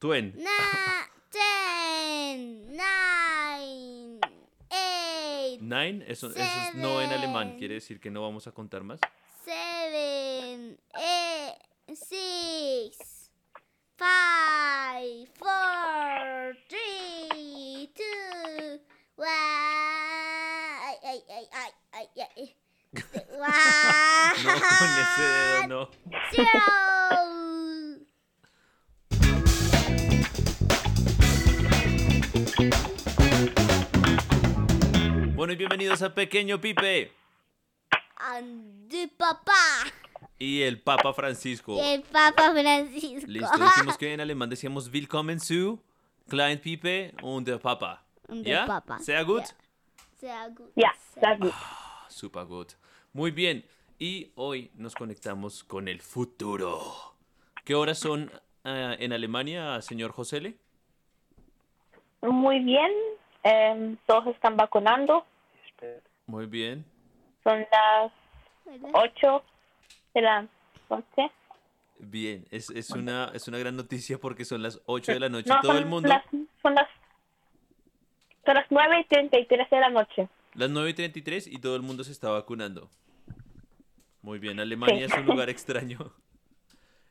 Twen. Na- ten, nine, eight, Nine, eso, eso es no en alemán, Seven. quiere decir que no vamos a contar más. seven, eight, six, five, four, three, two, one. Ay, ay, ay, ay, ay, ay. No, con ese dedo One, no. zero. Bueno, y bienvenidos a Pequeño Pipe And the papá. Oh. y el Papa Francisco. Y el Papa Francisco. Listo, dijimos que en alemán decíamos Willkommen zu, Klein Pipe und der Papa. Und ¿Ya? der Papa. Sehr gut. Ja. Sehr gut. Yeah, that's good. Ah, Super good. Muy bien. Y hoy nos conectamos con el futuro. ¿Qué horas son ah, en Alemania, señor Josele? Muy bien. em, todos están vacunando. Muy bien. Son las Hola. 8 de la noche. Bien, es, es una, es una gran noticia porque son las 8 de la noche No, y todo son el mundo. Las, son las, son las 9 y 33 de la noche. Las 9 y 33 y todo el mundo se está vacunando. Muy bien, Alemania es un lugar extraño.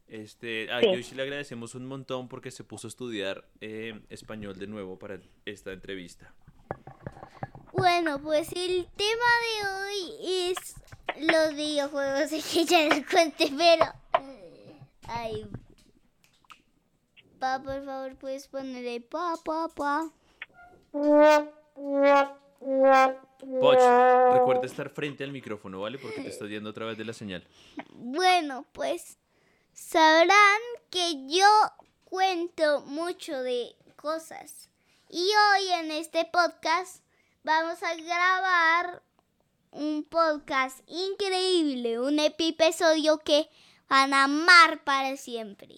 Este, a Sí. Yoshi le agradecemos un montón porque se puso a estudiar eh, español de nuevo para esta entrevista. Bueno, pues el tema de hoy es los videojuegos. Es que ya les cuente, pero. eh, Ay. Pa, por favor, puedes ponerle pa, pa, pa. Poch, recuerda estar frente al micrófono, ¿vale? Porque te estás yendo otra vez de la señal. Bueno, pues sabrán que yo cuento mucho de cosas. Y hoy en este podcast vamos a grabar un podcast increíble, un episodio que van a amar para siempre.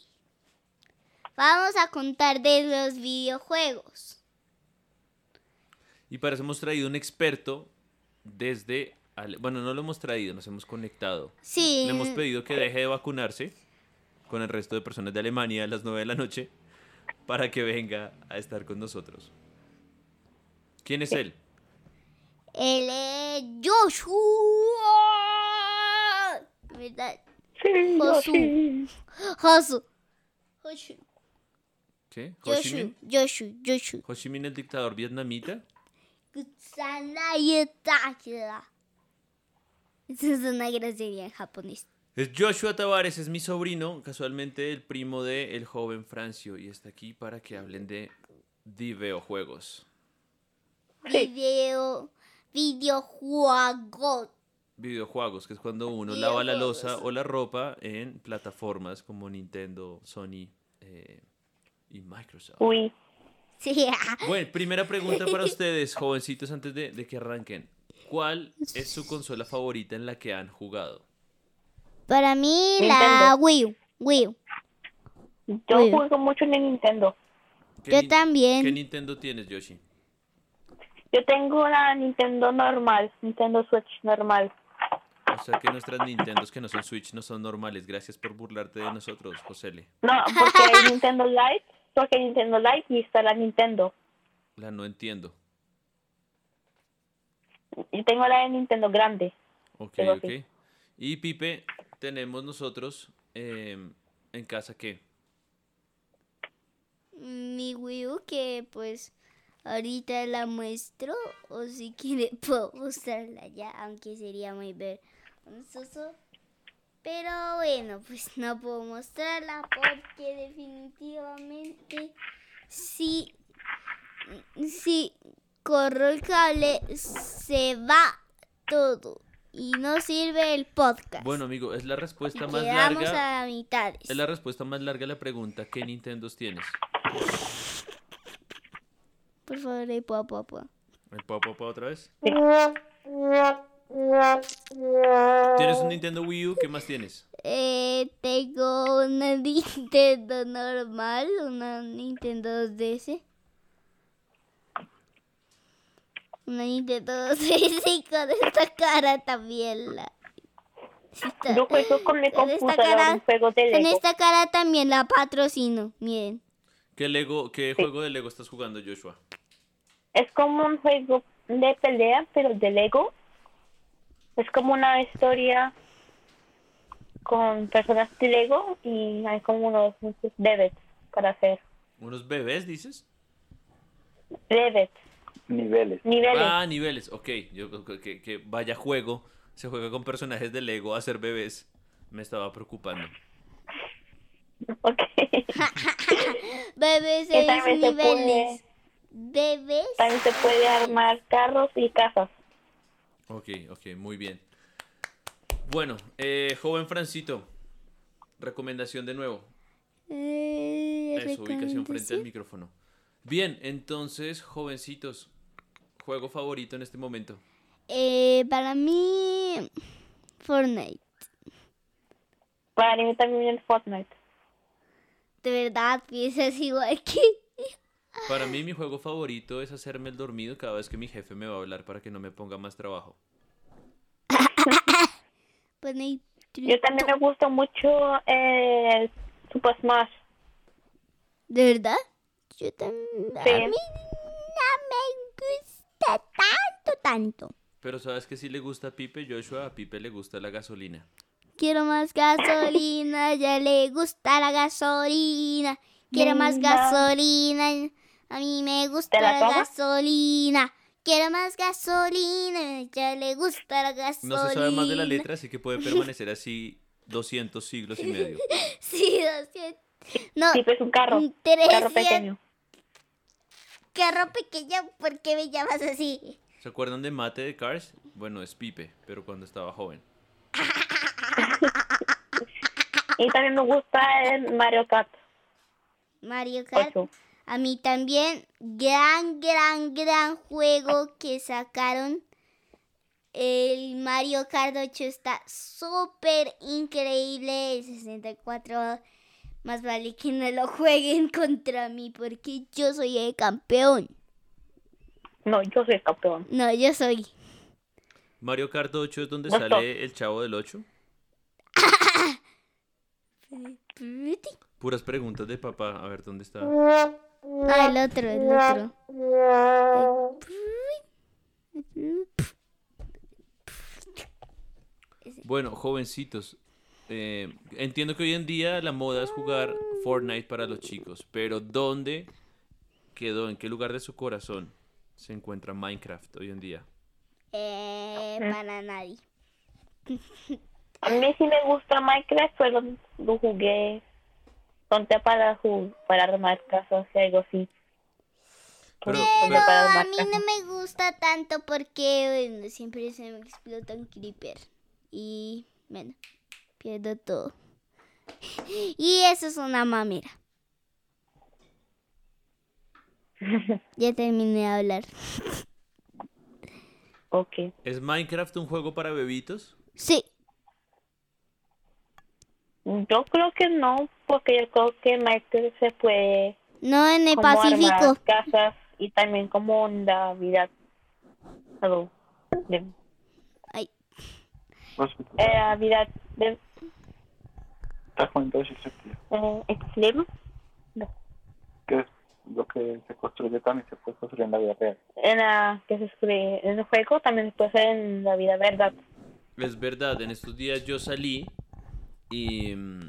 Vamos a contar de los videojuegos. Y para eso hemos traído un experto desde... Ale- Bueno, no lo hemos traído, nos hemos conectado. Sí. Le hemos pedido que deje de vacunarse con el resto de personas de Alemania a las 9 de la noche para que venga a estar con nosotros. ¿Quién es él? Él es Joshua. ¿Verdad? Sí, Josu. sí. Josu. Josu. ¿Qué? ¿Ho Chi Yoshu, Minh? Yoshu, Yoshu. ¿Ho Chi Minh, el dictador vietnamita? Kusanayutakira. Esa es una grosería en japonés. Es Joshua Tavares, es mi sobrino, casualmente el primo de el joven Francio, y está aquí para que hablen de videojuegos. Sí. Video, videojuego. Videojuegos, que es cuando uno lava la Videojuegos. losa o la ropa en plataformas como Nintendo, Sony eh, y Microsoft. Uy. Sí. Bueno, primera pregunta para ustedes, jovencitos, antes de, de que arranquen. ¿Cuál es su consola favorita en la que han jugado? Para mí, la Wii U. Wii U. Yo Muy bien. juego mucho en el Nintendo. ¿Qué Yo nin- ¿Qué también. Nintendo tienes, Yoshi? Yo tengo una Nintendo normal, Nintendo Switch normal. O sea que nuestras Nintendos que no son Switch no son normales. Gracias por burlarte de nosotros, Josele. No, porque hay Nintendo Lite, porque hay Nintendo Lite y está la Nintendo. La no entiendo. Y tengo la de Nintendo grande. Ok, Tengo ok. aquí. Y Pipe, tenemos nosotros eh, en casa que Mi Wii U, que pues ahorita la muestro. O si quiere, puedo mostrarla ya. Aunque sería muy vergonzoso. Pero bueno, pues no puedo mostrarla porque definitivamente si, si corro el cable se va todo y no sirve el podcast. Bueno, amigo, es la y respuesta más quedamos larga. a la mitad. Es la respuesta más larga a la pregunta, ¿qué Nintendos tienes? Por favor, ahí, pua, pua, pua. ¿Me puedo papá otra vez? Sí. ¿Tienes un Nintendo Wii U? ¿Qué más tienes? Eh, tengo una Nintendo normal, una Nintendo 2DS. Una Nintendo 2DS y con esta cara también la... esta- Yo juego con mi eh, en esta computadora cara- un juego de con Lego. esta cara también la patrocino, miren. ¿Qué, Lego, qué juego de Lego estás jugando, Joshua? Es como un juego de pelea, pero de Lego. Es como una historia con personas de Lego y hay como unos muchos bebés para hacer. ¿Unos bebés, dices? Bebés, Niveles. niveles. Ah, niveles. Ok, yo que, que vaya juego. Se juega con personajes de Lego a ser bebés. Me estaba preocupando. Ok. Bebés Que seis también se niveles. puede- Bebés. También se puede armar carros y casas. Ok, ok, muy bien. Bueno, eh, joven Francito, recomendación de nuevo. Eh, Eso, ubicación frente al recomendación. micrófono. Bien, entonces, jovencitos, juego favorito en este momento. Eh, para mí, Fortnite. Para mí también el Fortnite. De verdad, piensas igual que. Para mí, mi juego favorito es hacerme el dormido cada vez que mi jefe me va a hablar para que no me ponga más trabajo. Fortnite. Yo también me gusta mucho el Super Smash. ¿De verdad? Yo también. Sí. A mí no me gusta tanto, tanto. Pero sabes que si le gusta a Pipe, Joshua, a Pipe le gusta la gasolina. Quiero más gasolina, ya le gusta la gasolina. Quiero más Linda. gasolina, a mí me gusta ¿Te la la, tomas? gasolina. Quiero más gasolina, ya le gusta la gasolina. No se sabe más de la letra, así que puede permanecer así 200 siglos y medio. Sí, lo siento. No, Sí, es un carro. un Carro 300 pequeño. carro pequeño, ¿por qué me llamas así? ¿Se acuerdan de Mate de Cars? Bueno, es Pipe, pero cuando estaba joven. Y también me gusta el Mario Kart Mario Kart. 8. A mí también, gran, gran, gran juego que sacaron. El Mario Kart 8 está súper increíble. El 64, más vale que no lo jueguen contra mí porque yo soy el campeón. No, yo soy campeón. No, yo soy. Mario Kart 8 es donde Gusto. sale el chavo del 8. Puras preguntas de papá. A ver, ¿dónde está? Ah, el otro, el otro. Eh, Bueno, jovencitos. eh, entiendo que hoy en día la moda es jugar Fortnite para los chicos, pero ¿dónde quedó? ¿En qué lugar de su corazón se encuentra Minecraft hoy en día? Eh, para nadie. A mí sí me gusta Minecraft, pero lo jugué. Conté para, ju- para armar casas y algo así. Pero, Conté pero- para No, a armar mí casas. no me gusta tanto porque bueno, siempre se me explota un creeper. Y bueno, pierdo todo. Y eso es una mamera. Ya terminé de hablar. Ok. ¿es Minecraft un juego para bebitos? Sí, Yo creo que no, porque yo creo que Minecraft se puede no en el como Pacífico. armar casas y también como la vida. Algo de- Ay, eh, la vida de Estás comentando ese sentido, eh, extrema. que es lo que se construye también se puede construir en la vida real. en la que se escribe en el juego también se puede hacer en la vida verdad Es verdad, en estos días yo salí y. mm,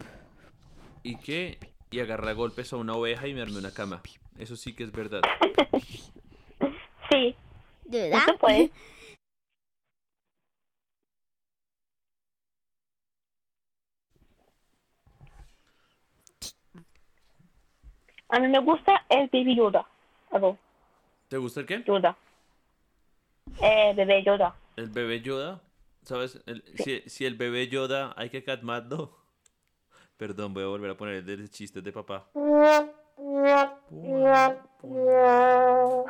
¿Y qué? Y agarré a golpes a una oveja y me armé una cama. Eso sí que es verdad. sí ¿de sí verdad? se puede a mí me gusta el baby Yoda algo ¿Te gusta el qué? Yoda eh, bebé Yoda El bebé Yoda. ¿Sabes? El- si, si el bebé Yoda hay que catmarlo. Perdón, voy a volver a poner el de los chistes de papá.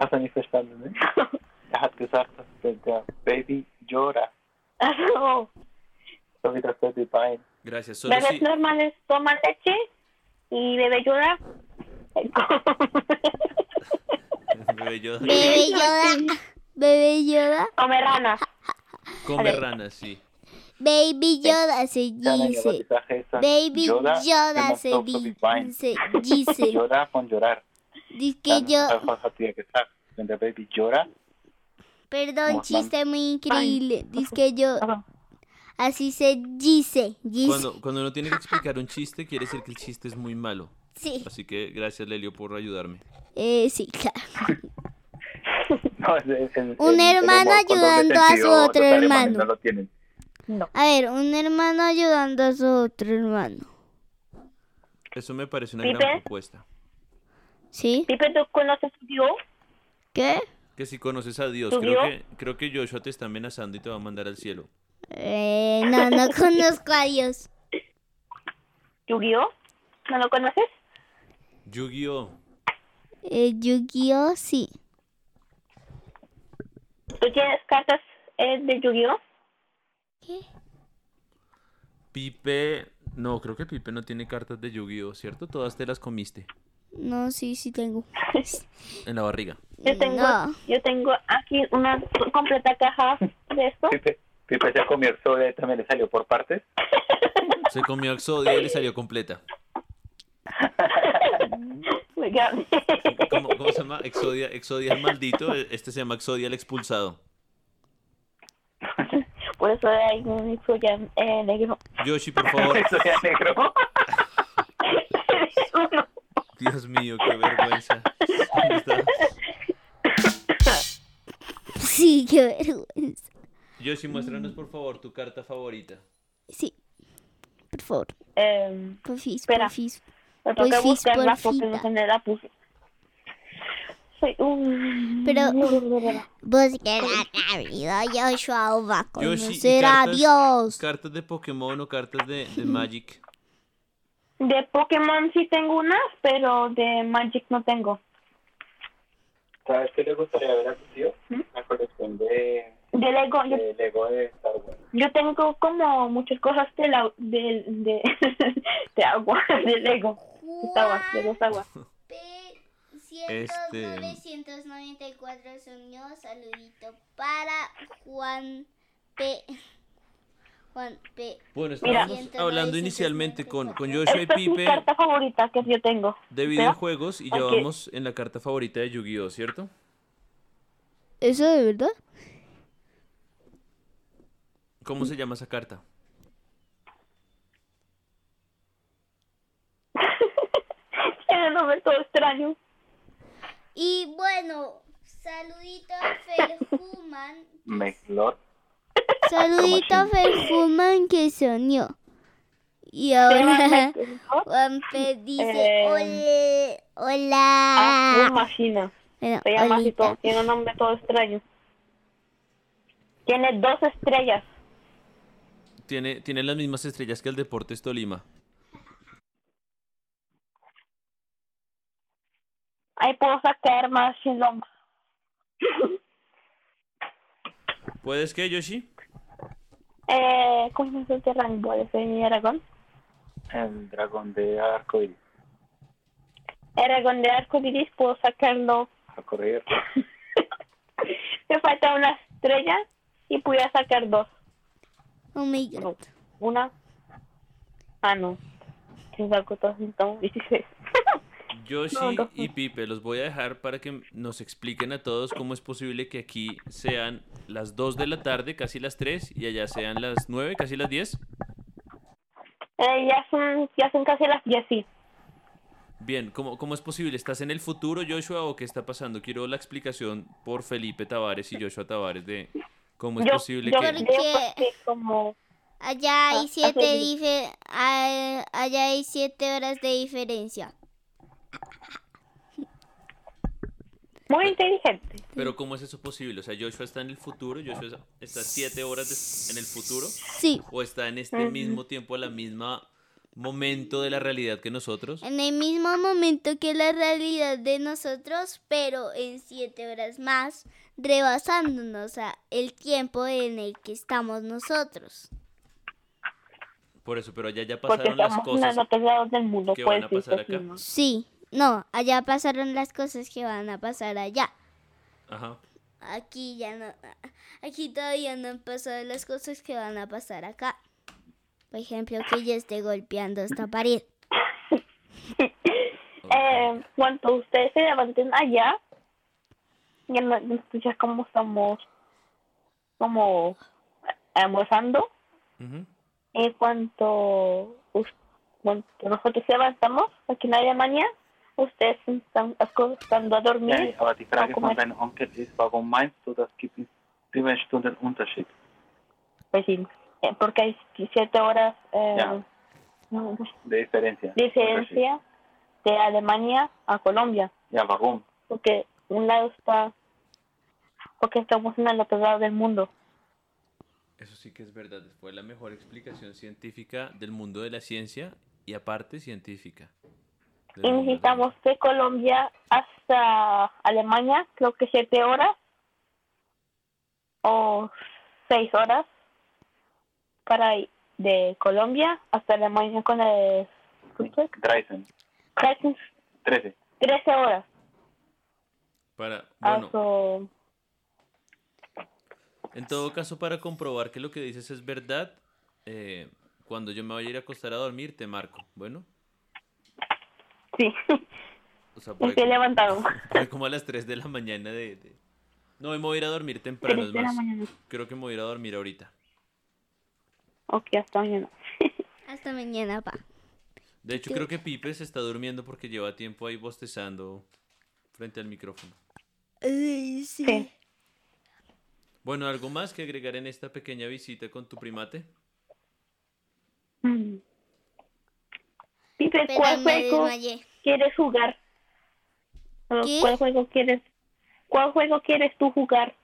Has manifestado, ¿eh? Deja que salta frente a Baby llora. no. Lo que tratas de Pine. Gracias. Solo bebés si, normales toman leche y bebé Yoda el bebé Yoda Bebé Yoda. Bebé Yoda. come ranas come ranas, sí. Baby Yoda se dice. Baby Yoda se dice. Llora con llorar. Dice que yo, Alfonso tiene que estar. Donde Baby llora. perdón, Mom. chiste muy increíble. Dice que yo, así se dice, dice. Cuando, cuando uno tiene que explicar un chiste, quiere decir que el chiste es muy malo. Sí, Así que gracias, Lelio, por ayudarme. eh, sí, claro. No, es- es- es- Un es- es hermano amor con doble ayudando a su sentido, los otro alemanes hermano. No lo tienen. No. A ver, un hermano ayudando a su otro hermano. Eso me parece una ¿Pipe? gran propuesta. ¿Sí? Pipe, ¿tú conoces a Dios? ¿Qué? Que si conoces a Dios, ¿Tu creo Dios? que, creo que Joshua te está amenazando y te va a mandar al cielo. Eh, no, no conozco a Dios. ¿Yu-Gi-Oh? ¿No lo conoces? Yu-Gi-Oh! Eh, Yu-Gi-Oh, sí. ¿Tú tienes cartas eh, de Yu-Gi-Oh? ¿Qué? Pipe. No, creo que Pipe no tiene cartas de Yu-Gi-Oh, ¿cierto? Todas te las comiste No, sí, sí tengo. en la barriga. Yo tengo, No. yo tengo aquí una completa caja de esto. Pipe, Pipe se comió el sobre, también le salió por partes. Se comió Exodia y le salió completa. Muy grande. ¿Cómo, cómo se llama? Exodia, Exodia el maldito. Este se llama Exodia el expulsado. Por eso hay un suya eh, negro. Yoshi, por favor. Eso ya negro. Dios mío, qué vergüenza. Está- Sí, qué vergüenza. Yoshi, muéstranos por favor tu carta favorita. Sí. Por favor, Eh, porfis, Espera. porfis. me Pues toca sí, buscarla porque porfita. no se me la puse. pues. Soy un... Pero- Buscará la vida, Joshua o va a Yoshi, ¿y conocer a cartas- Dios. Cartas de Pokémon o cartas de, de Magic. De Pokémon sí tengo unas, pero de Magic no tengo. ¿Sabes qué le gustaría ver a tu tío? La colección de, De Lego, yo, de Lego de Star Wars. yo tengo como muchas cosas de, la, de, de, de agua, de Lego. De agua, de los aguas. Este- 994 se unió. Saludito para Juan P. Juan P. Bueno, Mira. estábamos hablando inicialmente con, con Yoshi y Esta es mi Pues Pipe carta favorita que yo tengo. de ¿Veo? videojuegos y ya Ok. vamos en la carta favorita de Yu-Gi-Oh, ¿cierto? ¿Eso de verdad? ¿Cómo Mm. se llama esa carta? Tiene un nombre todo extraño. Y bueno, saludito a Felhuman. Mexlor. saludito a Felhuman que se unió. Y Se llama ahora Mike, ¿no? Juan P dice: Eh, Ole, Ah, una Hola. máquina. Bueno, Se llama así todo. olita. Tiene un nombre todo extraño. Tiene dos estrellas. Tiene, tiene las mismas estrellas que el Deportes Tolima. Ahí puedo sacar más sin nombre. ¿Puedes qué, Yoshi? Eh, ¿Cómo se llama Rango de Aragón? El dragón de arcoíris. Aragón de arco iris puedo sacarlo. A correr. Me falta una estrella y pudiera sacar dos. Oh my god. No, una. Ah, no. Si saco dos, entonces 16. No, Yoshi no. y Pipe, los voy a dejar para que nos expliquen a todos cómo es posible que aquí sean las 2 de la tarde, casi las 3, y allá sean las 9, casi las 10. Eh, ya, son, ya son casi las 10, sí. Bien, ¿cómo, ¿cómo es posible? ¿Estás en el futuro, Joshua, o qué está pasando? Quiero la explicación por Felipe Tavares y Joshua Tavares de cómo es Yo- posible yo que... creo- creo que- porque como Allá hay Ah, siete ajá. dife- ah, allá hay siete horas de diferencia. muy inteligente. Pero ¿cómo es eso posible? O sea, Joshua está en el futuro, Joshua está 7 horas des- en el futuro, Sí, o está en este mismo tiempo, a la misma momento de la realidad que nosotros. en el mismo momento que la realidad de nosotros, pero en siete horas más, rebasándonos a el tiempo en el que estamos nosotros. Por eso, pero allá ya Porque pasaron las estamos en cosas. los otros lados del mundo. que pues, van a pasar sí, acá. sí, Sí, no, allá pasaron las cosas que van a pasar allá. Ajá. Aquí ya no, aquí todavía no han pasado las cosas que van a pasar acá. Por ejemplo, que yo esté golpeando esta pared. Eh, cuando ustedes se levanten allá, ya no- nosotros ya como estamos como almorzando, Ujú. en cuanto, us- cuando nosotros levantamos aquí en Alemania, ustedes están acostando a Nee, dormir. aber die Frage guck mal. von deinem Onkel ist, warum meinst du, das gibt in sieben Stunden Unterschied? Pues sí, eh, porque hay 17 horas eh, De diferencia. Unterschied. diferencia de Alemania a Colombia. Ja, warum? porque un lado está porque estamos en el otro lado del mundo Eso sí que es verdad. Fue la mejor explicación científica del mundo de la ciencia y aparte científica. del y mundo de la necesitamos de Colombia hasta Alemania creo que siete horas o seis horas para ir de Colombia hasta Alemania con el 13. casi 13. trece horas Para, a bueno, su- en todo caso, para comprobar que lo que dices es verdad, eh, cuando yo me vaya a ir a acostar a dormir, te marco. Bueno, sí o sea, por ahí estoy como- levantado por ahí como a las 3 de la mañana de... de- No, me voy a ir a dormir temprano, tres es de la más. mañana Creo que me voy a ir a dormir ahorita. ok hasta mañana Hasta mañana, pa. De hecho, creo que Pipe se está durmiendo porque lleva tiempo ahí bostezando frente al micrófono. Ay, Sí. Bueno, ¿algo más que agregar en esta pequeña visita con tu primate? Mm. Pipe, Pero ¿cuál me juego desmayé. quieres jugar? Ah, ¿Qué? ¿Cuál juego quieres? ¿Cuál juego quieres tú jugar?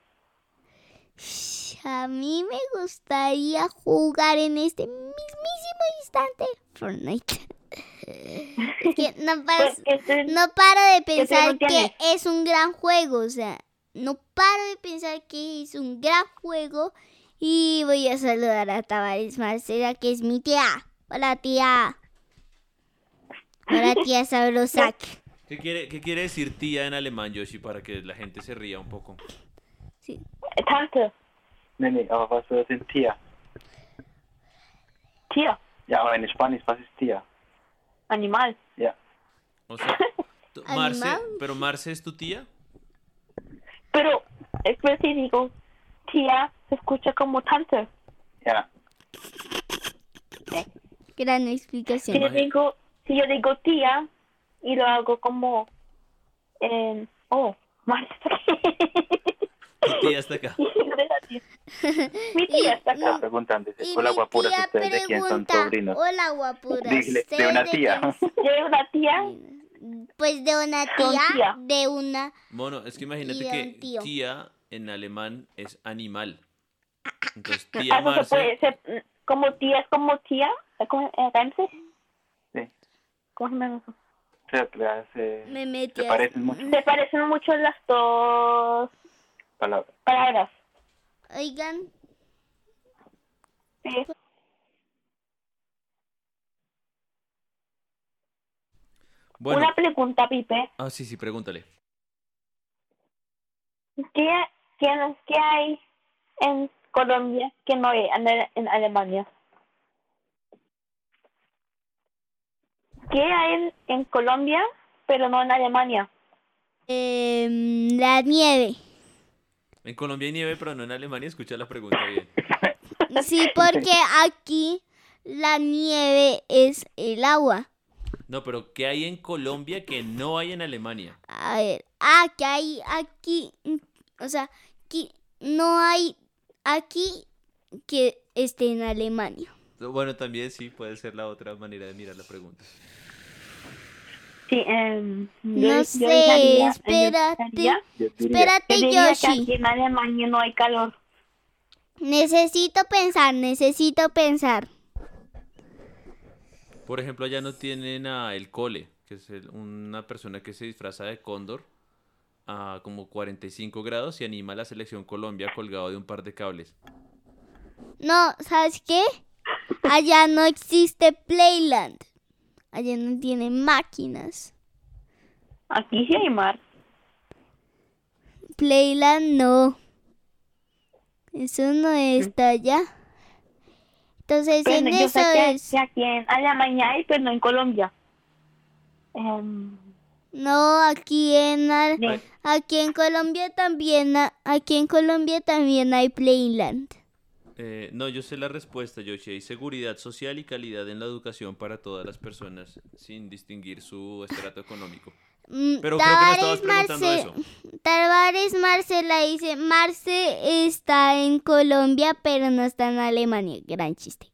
A mí me gustaría jugar en este mismísimo instante Fortnite. Ah, Es que no paro, Porque este- no paro de pensar pregunté a que mí. es un gran juego, o sea, no paro de pensar que es un gran juego y voy a saludar a Tavares Marcela, que es mi tía. Hola tía. Hola tía Sabrosak. ¿Qué quiere, qué quiere decir tía en alemán, Yoshi, para que la gente se ría un poco? Sí. Tante, Nee, nee, aber was soll das denn Tier? tía, Ja, aber in Spanisch, was ist Tier? animal. Ja. O sea, tú- Marce, Animal. ¿pero Marce es tu tía? Pero después si digo tía, se escucha como tante. Ja. Gran Si explicación. yo Imagino. digo, si yo digo tía y lo hago como, eh, oh, Marta. Tu tía está acá. Mi tía está acá. Preguntan, dice, Y hola mi guapuras tía ustedes de quién son pregunta, sobrinos. Hola guapuras. Dile, ¿sé de una tía. quién son? Yo soy una tía Pues de una Son tía, tía. de una... Bueno, es que imagínate Y a un que tío. tía en alemán es animal. Entonces, tía Ah, no se puede. Marce, se- como tía es como tía. ¿Cómo, eh, Ramses? Sí. ¿Cómo se llama eso? Se, se, Me metí se a- parecen mucho Se parecen mucho las dos palabras. palabras. Oigan, Sí. bueno. Una pregunta, Pipe. Ah, sí, sí, pregúntale. ¿Qué, qué, qué hay en Colombia que no hay en, en Alemania? ¿Qué hay en, en Colombia pero no en Alemania? em, la nieve. En Colombia hay nieve, pero no en Alemania. Escucha la pregunta bien. Sí, porque aquí la nieve es el agua. No, pero ¿qué hay en Colombia que no hay en Alemania? A ver, ah, que hay aquí, mm, o sea, aquí no hay aquí que esté en Alemania. Bueno, también sí, puede ser la otra manera de mirar la pregunta. Sí, em, No sé, pensaría- yo espérate. pensaría Yo diría, Espérate, que diría que Yoshi. aquí en Alemania no hay calor. Necesito pensar, necesito pensar. Por ejemplo, allá no tienen a El Cole, que es el- una persona que se disfraza de cóndor a como 45 grados y anima a la selección Colombia colgado de un par de cables. No, ¿sabes qué? Allá no existe Playland. Allá no tienen máquinas. Aquí sí hay mar. Playland no. Eso no está allá. Entonces, Pero en yo eso sé que- es- que aquí en Alemania hay, pero no en Colombia. Em, No, aquí en Ar- Sí. aquí en Colombia también ha- aquí en Colombia también hay Playland. Eh, no, yo sé la respuesta, Yoshi. Hay seguridad social y calidad en la educación para todas las personas, sin distinguir su estrato económico. Mm, Pero creo que no estabas Tavares preguntando Marce- eso. Tavares Marcela dice, Marce está en Colombia, pero no está en Alemania. Gran chiste.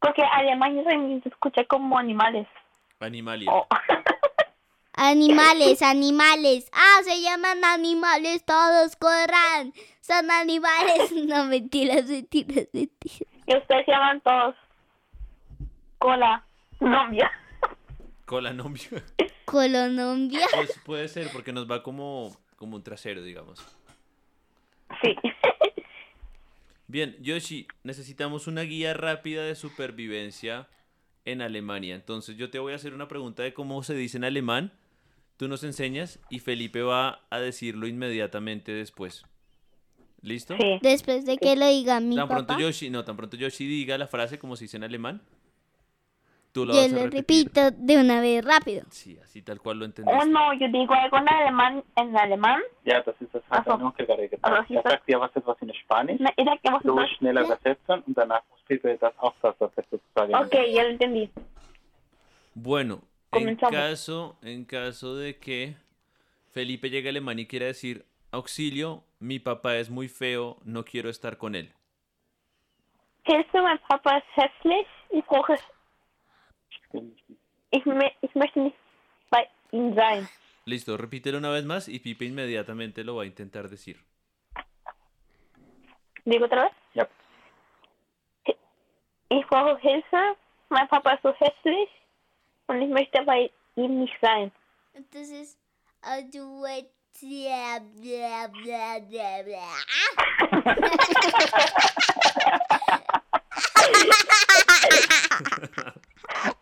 Porque Alemania también se escucha como animales. Animalia. Oh. Animales, animales. Ah, se llaman animales, todos corran. Son animales. No, mentiras, mentiras, mentiras. Y ustedes llaman todos cola, Colombia. Colombia. Colombia. Pues puede ser, porque nos va como, como un trasero, digamos. Sí. Bien, Yoshi, necesitamos una guía rápida de supervivencia en Alemania. Entonces yo te voy a hacer una pregunta de cómo se dice en alemán. Tú nos enseñas y Felipe va a decirlo inmediatamente después. ¿Listo? Sí. Después de que lo diga mi Tan papá, pronto Yoshi, no, tan pronto Yoshi diga la frase como se dice en alemán. Tú la yo vas a lo repetir. repito de una vez rápido. Sí, así tal cual lo entendiste. Oh, no, yo digo algo en alemán, en alemán. Ja, das ist das, was Ach er so. noch geredet Aber hat. hier Er ist das- sagt, ja, was etwas in Spanisch, Na, era que so vosotros... schneller übersetzen und danach muss Pepe das aufpassen, dass er sozusagen Ok, ya lo entendí. Bueno, Comenzamos. en caso, en caso de que Felipe llegue a Alemania y quiera decir, auxilio, mi papá es muy feo, no quiero estar con él. Kennst du, mein Papa ist hässlich. Ich brauche... Ich, me, ich möchte nicht bei ihm sein. Listo, repítelo una vez más y Pipe inmediatamente lo va a intentar decir. Digo otra vez. Ja, Ich brauche Hilfe. Mein Papa ist so hässlich. Und ich möchte bei ihm nicht sein. Entonces, I'll do it. Bla, bla, bla, bla, bla.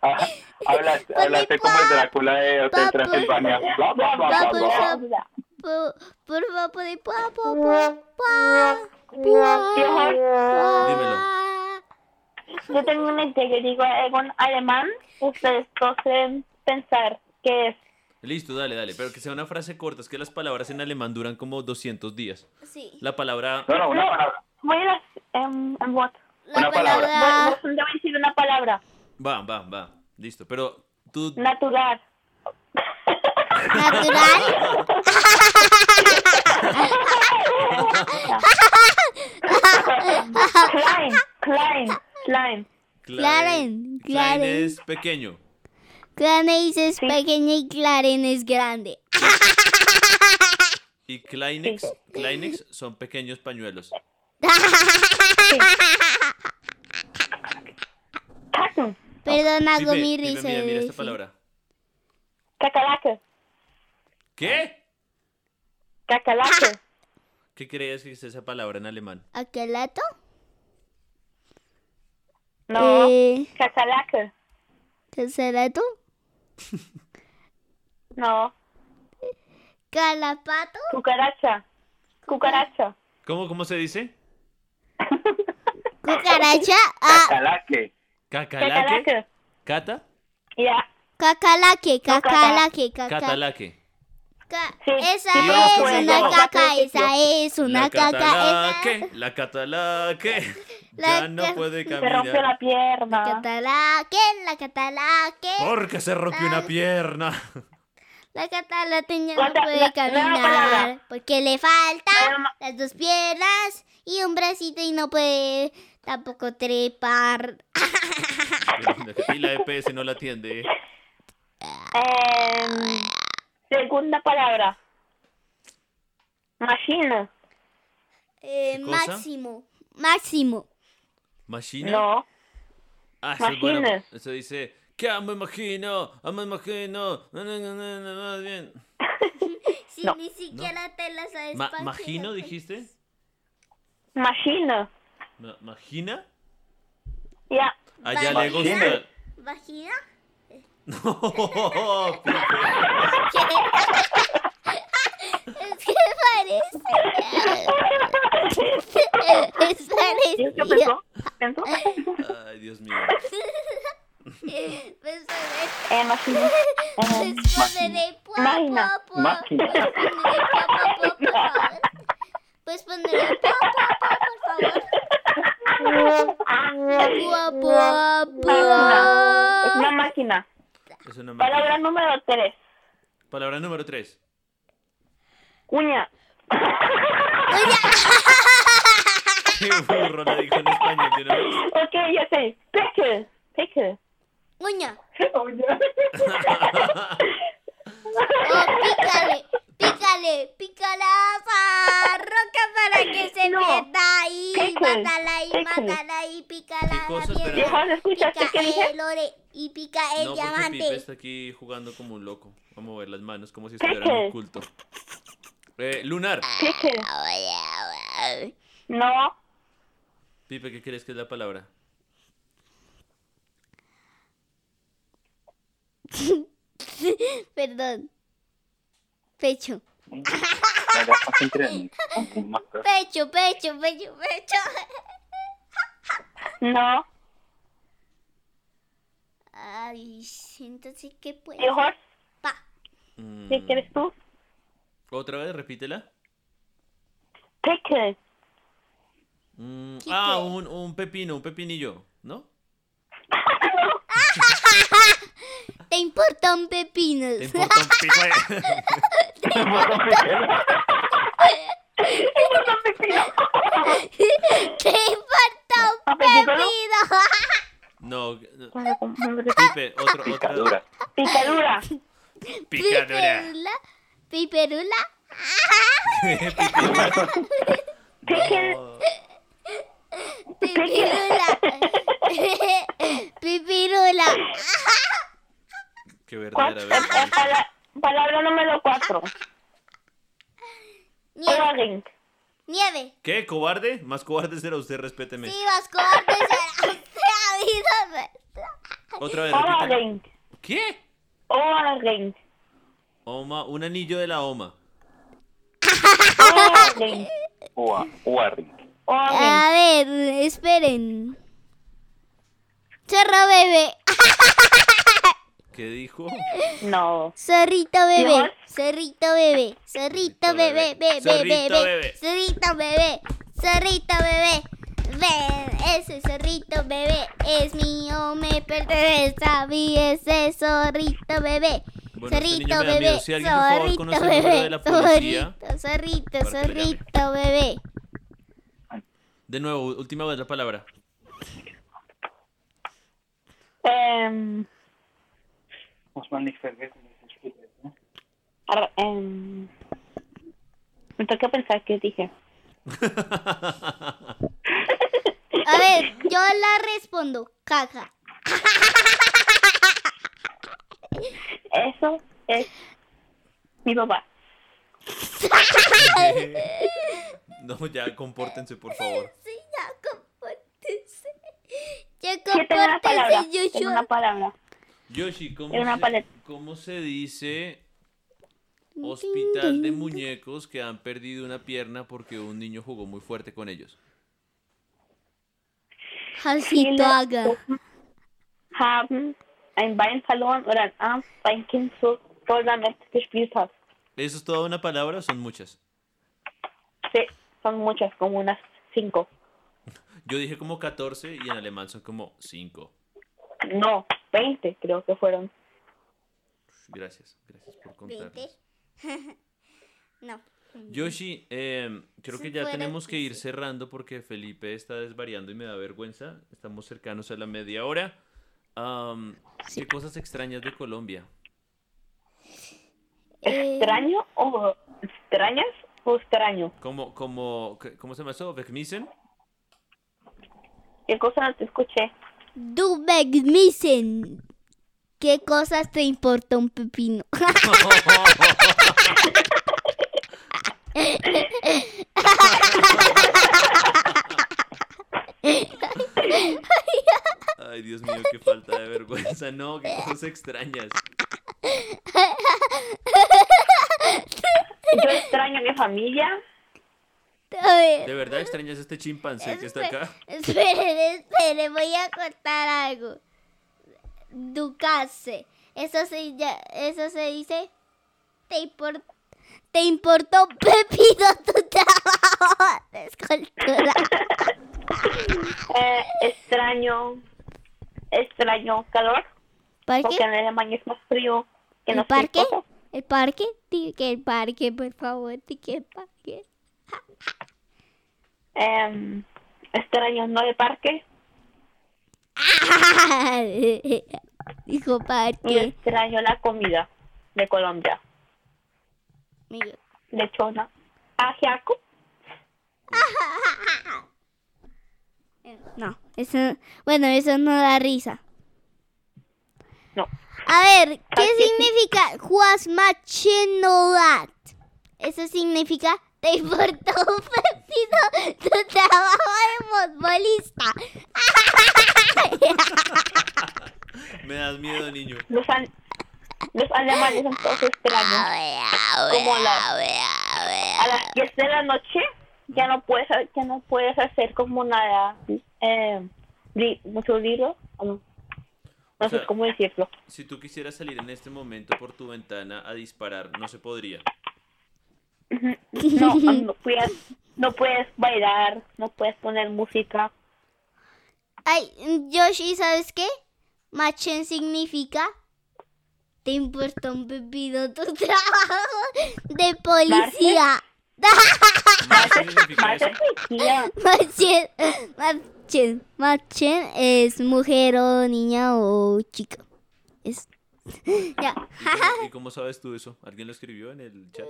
Ah, hablaste, Con mi hablaste como el pa- Drácula de Hotel papu. Transilvania. Bla, bla, bla, bla, Papu, bla. papu. Por, por favor, de pa, pa, pa, pa, pa, pa. Dímelo. Yo tengo una idea. Yo digo algo en alemán. Ustedes dos deben pensar qué es. Listo, dale, dale, pero que sea una frase corta, es que las palabras en alemán duran como 200 días. Sí. La palabra... No, no, una No. palabra. Voy a las... em, em, what? La Una palabra. palabra Voy, voy a decir una palabra. Va, va, va, listo, pero tú... Natural. natural. Klein. Klein. Klein. Claren, Klein- Klein Claren. es pequeño. Clanes es Sí. pequeña y Claren es grande. Y Kleinex, Kleinex son pequeños pañuelos. Kacken. Perdón, hago Pipe, mi Pipe, risa. mira, de mira esta delfín. palabra. Kakerlake. ¿Qué? Kakerlake. ¿Qué crees que es esa palabra en alemán? ¿A qué lato? No. Eh, Kakerlake. ¿Qué será tú? No. ¿Calapato? Cucaracha. Cucaracha. ¿Cómo, cómo se dice? ¿Cucaracha? Ah, Cacalaque. ¿Cacalaque? Kakerlake. ¿Cata? Ya. cacalaque, cacalaque, cacalaque. Catalaque. Ca- Sí. Esa Sí, es pues, una no. caca, esa es una La caca. esa- catalaque. La catalaque. La Ya no ca- puede Se rompió caminar. la Ah. pierna. Catalaque, la catalaque. Porque se rompió una pierna. La catalateña no Cuenta, la- puede la palabra. caminar porque le La faltan ma- las dos piernas y un bracito y no puede tampoco trepar. Y la EPS no la atiende. Em, segunda palabra. Machina. Eh, ¿Qué cosa? máximo, máximo. ¿Machina? No. Ah, eso es bueno. Machine. Eso dice... ¿Qué me imagino? ah, me imagino. No, no, no, no, no, más bien. Si No. ni siquiera te la sabes. pues, Ma- ¿pa' qué ¿Magino la- dijiste? Machina. Ma- ¿Magina? Ya. Allá le Vagina. gusta. ¿Vagina? No, Es que parece. es ¿Qué parecido. pensó? ¿Pensó? Ay, Dios mío. Pues, Me suena- Eh, máquina. Eh, Poneré pua, Magna. pua, pua. Máquina. Pues poneré pua, pua, pua, por favor. Pues poneré pua, pua, pua, por favor. Ah, Pua, pua, pua. es una máquina. Es una máquina. Palabra número 3. Palabra número 3. Uña. Qué burro la dijo en español. yo no me- Ok, ya sé. Pickle. Pickle. Uña. Uña. Oh, pícale, pícale, pícale a esa roca para que se No. pierda ahí. Pickles, Mátala ahí, pickles. mátala ahí, pícala ¿Qué a la cosas, piedra. pero- Vieja, ¿no escuchaste Pica qué dije? el ore y pica el No, pues, porque Pipe diamante. está aquí jugando como un loco. Vamos a mover las manos como si estuviera en un culto. Eh, lunar. Pickle. Ay, ay, ay. No. Pipe, ¿qué crees que es la palabra? Perdón. Pecho. Era fácil creer. Un máscara. Pecho, pecho, pecho, pecho. No. Ay, entonces, ¿qué puede ser? Mejor. Pa. Mm, ¿Qué quieres tú? ¿Otra vez? Repítela. Pickle. Mm, ¿Qué ah, qué? un, un pepino, un pepinillo, ¿no? Te importan pepinos. Te importa un pico de- Te importan Apellido, ¿no? pepinos. No, no. Picadura. Pipe, otro, otra. Picadura. Picadura. Piperula. Piperula. Pickle. Pipirula. Pipirula. Qué verdadera Cuatro. vergüenza. Pala- palabra número 4. Nieve. Flooring. Nieve. ¿Qué? ¿Cobarde? Más cobarde será usted, respéteme. Sí, Vasco, antes era usted avísame. Otra vez, repítela. Orange. ¿Qué? Orange. Oma, un anillo de la oma. Orange. Ua- Warring. Orange. A ver, esperen. Zorro bebé. ¿Qué dijo? No. Zorrito ¿Dios? bebé. Zorrito bebé. Zorrito bebé. Bebé, bebé. Zorrito bebé. Zorrito bebé. Zorrito bebé. Ven, ese zorrito bebé es mío, me pertenece a mí, ese zorrito bebé. Bueno, este niño zorrito me da bebé, miedo. Si alguien, por favor, zorrito conoce el número bebé, de la policía, zorrito, zorrito, para que le llame. zorrito bebé. De nuevo, última vez la palabra. Em, Osman Nick Ferguson. ¿no? ar- em, me toca pensar qué dije. A ver, yo la respondo, caca. Eso es mi papá. No, ya, compórtense, por favor. Sí, ya, compórtese. Ya, Sí, tengo una palabra. compórtese, yo, Tengo una palabra. Yoshi, ¿cómo, Era una se- paleta. ¿cómo se dice hospital de muñecos que han perdido una pierna porque un niño jugó muy fuerte con ellos? Halsito haga. Haben ein Bein verloren oder ein Arm, ein Kind so voll damit gespielt hat. ¿Eso es toda una palabra o son muchas? Sí, son muchas, como unas cinco. Yo dije como 14 y en alemán son como 5. No, 20 creo que fueron. Gracias, gracias por ¿Veinte? contarnos. no. Yoshi, eh, creo Se que ya fueron tenemos que ir cerrando porque Felipe está desvariando y me da vergüenza. Estamos cercanos a la media hora. Am, ¿Qué cosas extrañas de Colombia? Eh, ¿Extraño o extrañas o extraño? ¿Cómo, cómo, qué- ¿Cómo se llama eso? ¿Vekmisen? ¿Qué cosa no te escuché? Du megmisen. ¿Qué cosas te importa un pepino? Ay, Dios mío, qué falta de vergüenza. No, qué cosas extrañas. Yo extraño a mi familia. A ¿De ver, verdad extrañas este chimpancé que está acá? esperen, esperen, voy a contar algo. Ducase. Eso se, ya- eso se dice. Te, impor- te importó Pepito tu trabajo de escultura. Eh, extraño, extraño calor, ¿Parque? porque en Alemania es más frío que ¿El en las parque? cosas. ¿El parque? Di que el parque, por favor, di que el parque. Em, extraño no el parque, Dijo y parque. extraño la comida de Colombia, Miguel. lechona, ajiaco. eh, No, eso, bueno, eso no da risa. No. A ver, ¿qué Así. significa Juasmachenolat? Eso significa te importó un pepino tu trabajo de futbolista. Me das miedo, niño. Los, al- los alemanes son todos extraños. Como la- A las 10 de la noche ya no puedes, ha- ya no puedes hacer como nada, eh, li- mucho libro, o no, no O sea- sé cómo decirlo. Si tú quisieras salir en este momento por tu ventana a disparar, no se podría. No, ah, no puedes, no puedes bailar, no puedes poner música. Ay, Yoshi, ¿sabes qué? Machen significa te importó un pepino tu trabajo de policía. ¿Más significa Más eso? energía. Machen, machen, machen es mujer o niña o chica. Es. Ya. ¿Y cómo- ¿Y cómo sabes tú eso? ¿Alguien lo escribió en el chat?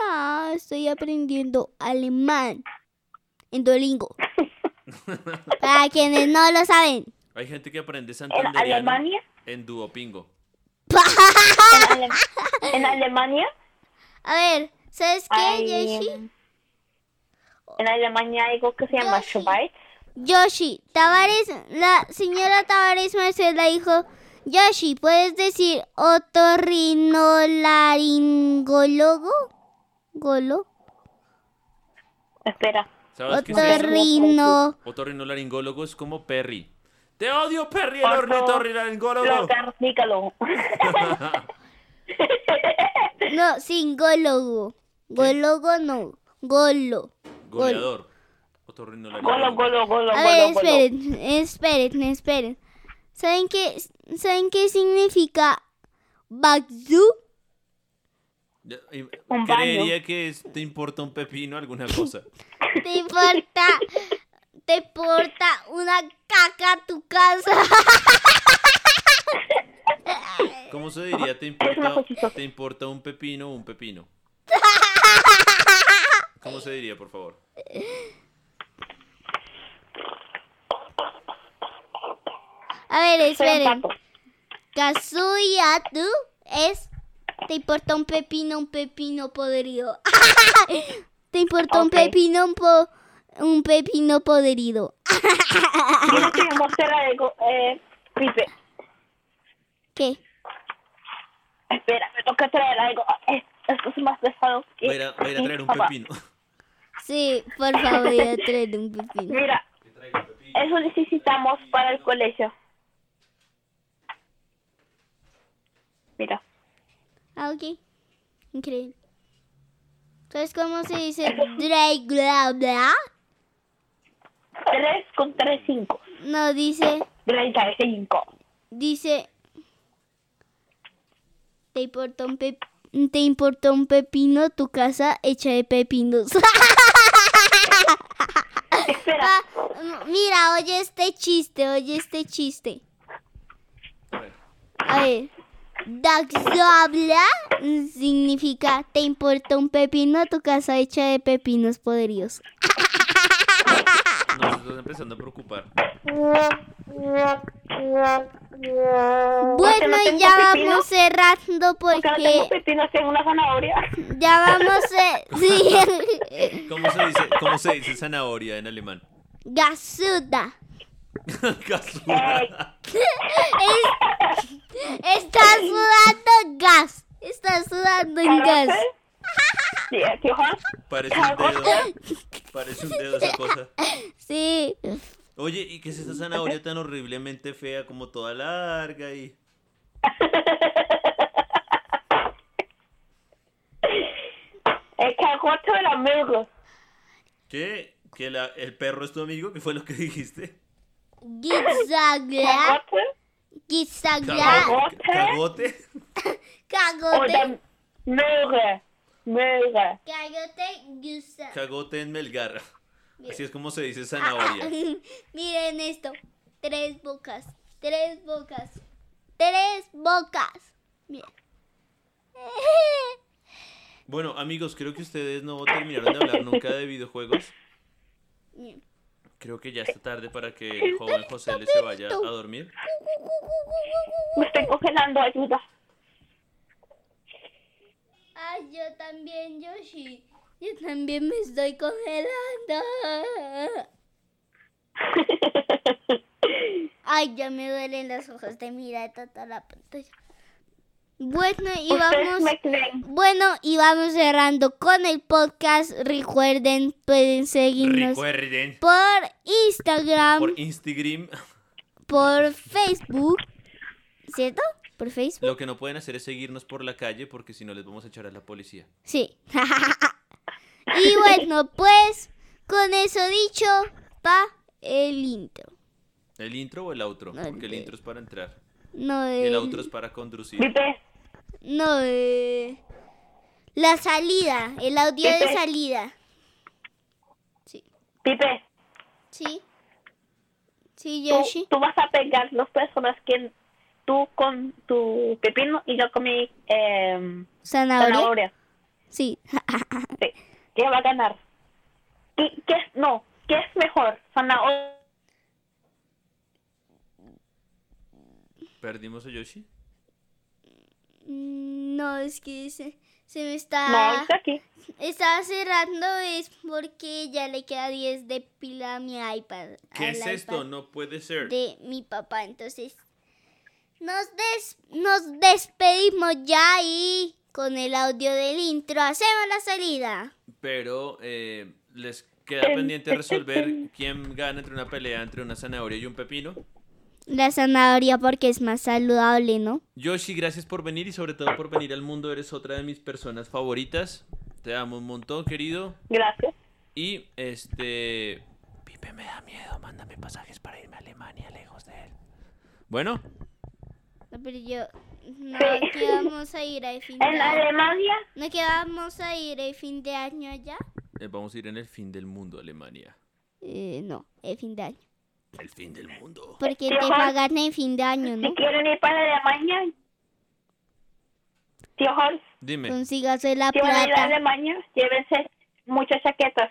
No, estoy aprendiendo alemán en Duolingo. Para quienes no lo saben. Hay gente que aprende En santanderiano Alemania, en Duopingo. en, Ale- en Alemania, A ver, ¿sabes qué, hay, Yoshi? em, en Alemania hay algo que se llama Yoshi. Schweiz. Yoshi, Tavares, la señora Tavares Marcela dijo, Yoshi, ¿puedes decir otorrinolaringólogo? ¿Golo? Espera, Oh, ¿Sabes qué es eso? Otorrino. Otorrinolaringólogo es como Perry. ¡Te odio, Perry, el Otor- ornitorrinolaringólogo! Logarnícalo. No, singólogo. Gólogo no. Golo. Goleador. Golo, Otorrinolaringólogo. golo, golo, A ver, golo, golo. esperen, esperen, esperen. ¿Saben qué, ¿saben qué significa Bagzu? Ya, y- Un baño. Creería que es- te importa un pepino alguna cosa. Te importa, te importa una caca a tu casa. ¿Cómo se diría? ¿Te una importa, cosita. te importa un pepino o un pepino? ¿Cómo se diría, por favor? A ver, Soy un esperen. pato. Kazuya, tú es. Te importa un pepino, un pepino podrido. te importa un Ok. pepino, un, po- un pepino podrido. Quiero que me mostrar algo, eh, Pipe. ¿Qué? Espera, me toca traer algo. Eh, esto es más pesado que... Voy a ir a, voy a ir a que traer un papá. pepino. Sí, por favor, ya traer un pepino. Mira, eso necesitamos para el colegio. Mira, Ah, ok. Increíble. ¿Sabes cómo se dice? Drake, bla, bla. 3 con 3, 5. No, dice. 35. Dice. Te importa un pep- Te importa un pepino tu casa hecha de pepinos. Espera, Ah, Mira, oye este chiste, oye este chiste. A ver. A ver. Daxabla significa te importa un pepino tu casa hecha de pepinos podridos. Nos estás empezando a preocupar. Bueno, no tengo ya pepino? vamos cerrando porque no tengo porque pepinos, tengo una zanahoria. ya vamos a... Sí. ¿Cómo se dice, cómo se dice zanahoria en alemán? Gasuda. Casuda. Es- está sudando gas. Está sudando en gas. Carote. Sí, aquí, Juan. Parece un dedo. Parece un dedo esa cosa. Sí. Oye, ¿y qué es esta zanahoria tan horriblemente fea como toda larga y El cagoto era amigos. ¿Qué? ¿Que la- el perro es tu amigo? ¿Qué fue lo que dijiste? Guizagra, Cagoto guizagra, Cago- ¿Cagote? o cagote, de mega. Mega. cagote, guizagra. Cagote en Melgar. Así es como se dice zanahoria. Ah, Miren esto, tres bocas, tres bocas, tres bocas. Miren. Bueno, amigos, creo que ustedes no terminaron de hablar nunca de videojuegos. Miren. Creo que ya está tarde para que el joven José le se vaya a dormir. Me estoy congelando, ayuda. Ay, yo también, Yoshi. Yo también me estoy congelando. Ay, ya me duelen las hojas de mirar tanta la pantalla. Bueno, y Ustedes vamos. me creen. Bueno, y vamos cerrando con el podcast. Recuerden, pueden seguirnos Recuerden. por Instagram, Por por... Instagram, Facebook, ¿cierto? Por Facebook. lo que no pueden hacer es seguirnos por la calle porque si no les vamos a echar a la policía. Sí. y bueno, pues con eso dicho, pa el intro. ¿El intro o el outro? No, el Porque el de- intro es para entrar. No Y el, el outro es para conducir. Vive. no eh, la salida, el audio de Pepe. salida. Sí. Pipe, Sí. Sí, tú, Yoshi. tú vas a pegar dos personas que tú con tu pepino y yo con mi eh, Zanahoria. zanahoria. Sí. Sí. ¿Qué va a ganar? ¿Qué, qué es- no, ¿qué es mejor? ¿Zanahoria? ¿Perdimos a Yoshi? Ah, no, es que se, se me está No, está aquí. está cerrando es porque ya le queda 10 de pila a mi iPad. ¿Qué al es esto? iPad. No puede ser. de mi papá. Entonces, nos, des- nos despedimos ya y con el audio del intro hacemos la salida. Pero eh, les queda pendiente resolver quién gana entre una pelea entre una zanahoria y un pepino. La zanahoria porque es más saludable, ¿no? Yoshi, gracias por venir y sobre todo por venir al mundo. Eres otra de mis personas favoritas. Te amo un montón, querido. Gracias. Y este. Pipe me da miedo. Mándame pasajes para irme a Alemania, lejos de él. Bueno, Pero yo... No, Sí. que vamos a ir al fin de En año. Alemania, No, que vamos a ir el fin de año allá. eh, vamos a ir en el fin del mundo a Alemania. Eh, no, el fin de año. El fin del mundo. Porque te Ajá. pagan el fin de año, ¿no? si quieren ir para Alemania, tío Jorge, Dime, Consígase la si van a ir a plata. Alemania, llévense muchas chaquetas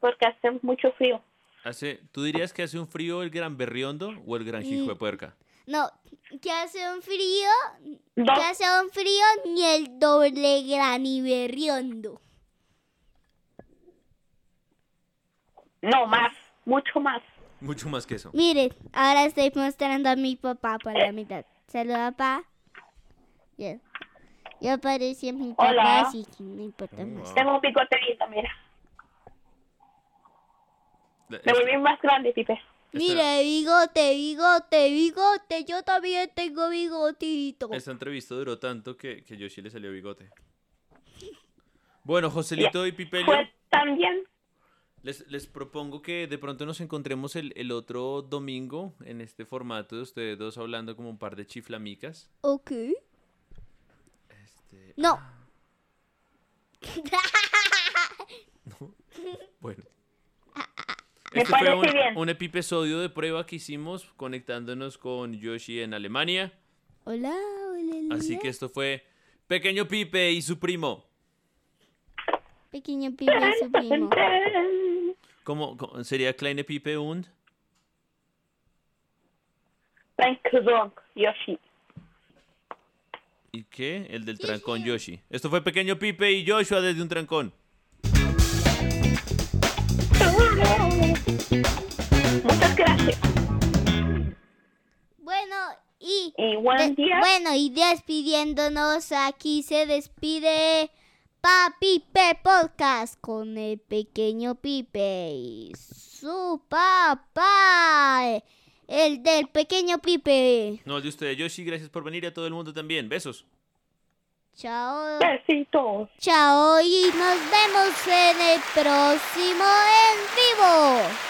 porque hace mucho frío. hace, ¿tú dirías que hace un frío el gran berriondo o el gran hijo de puerca? No, que hace un frío Dos. Ya sea un frío ni el doble gran y berriondo. No, más, mucho más. Mucho más que eso. Miren, ahora estoy mostrando a mi papá por la mitad. Saluda, papá. Bien. Yo aparecí en mi papá, Hola. así que no importa Mm, más. Tengo un bigote lindo, mira. La- Me es- volví más grande, Pipe. Mira, bigote, bigote, bigote. Yo también tengo bigotito. Esta entrevista duró tanto que, que Yoshi le salió bigote. Bueno, Joselito y Pipelio, Pues también, les, les propongo que de pronto nos encontremos el, el otro domingo en este formato de ustedes dos hablando como un par de chiflamicas. Ok. Este, No. Bueno. Me Este fue parece un, bien. un episodio de prueba que hicimos conectándonos con Yoshi en Alemania. Hola, hola. Así hola. que esto fue Pequeño Pipe y su primo. Pequeño pibe y su primo. ¿Cómo, cómo- sería Kleine Pipe und? Frank Wrong, Yoshi. ¿Y qué? El del trancón Yoshi. Esto fue Pequeño Pipe y Joshua desde un trancón. Muchas gracias. Bueno, y... Y De- buen día. Bueno, y despidiéndonos, aquí se despide Papi Pe Podcast con el pequeño Pipe y su papá. El del pequeño Pipe. No, el de ustedes. Yoshi, gracias por venir y a todo el mundo también. Besos. Chao. Besitos. Chao y nos vemos en el próximo en vivo.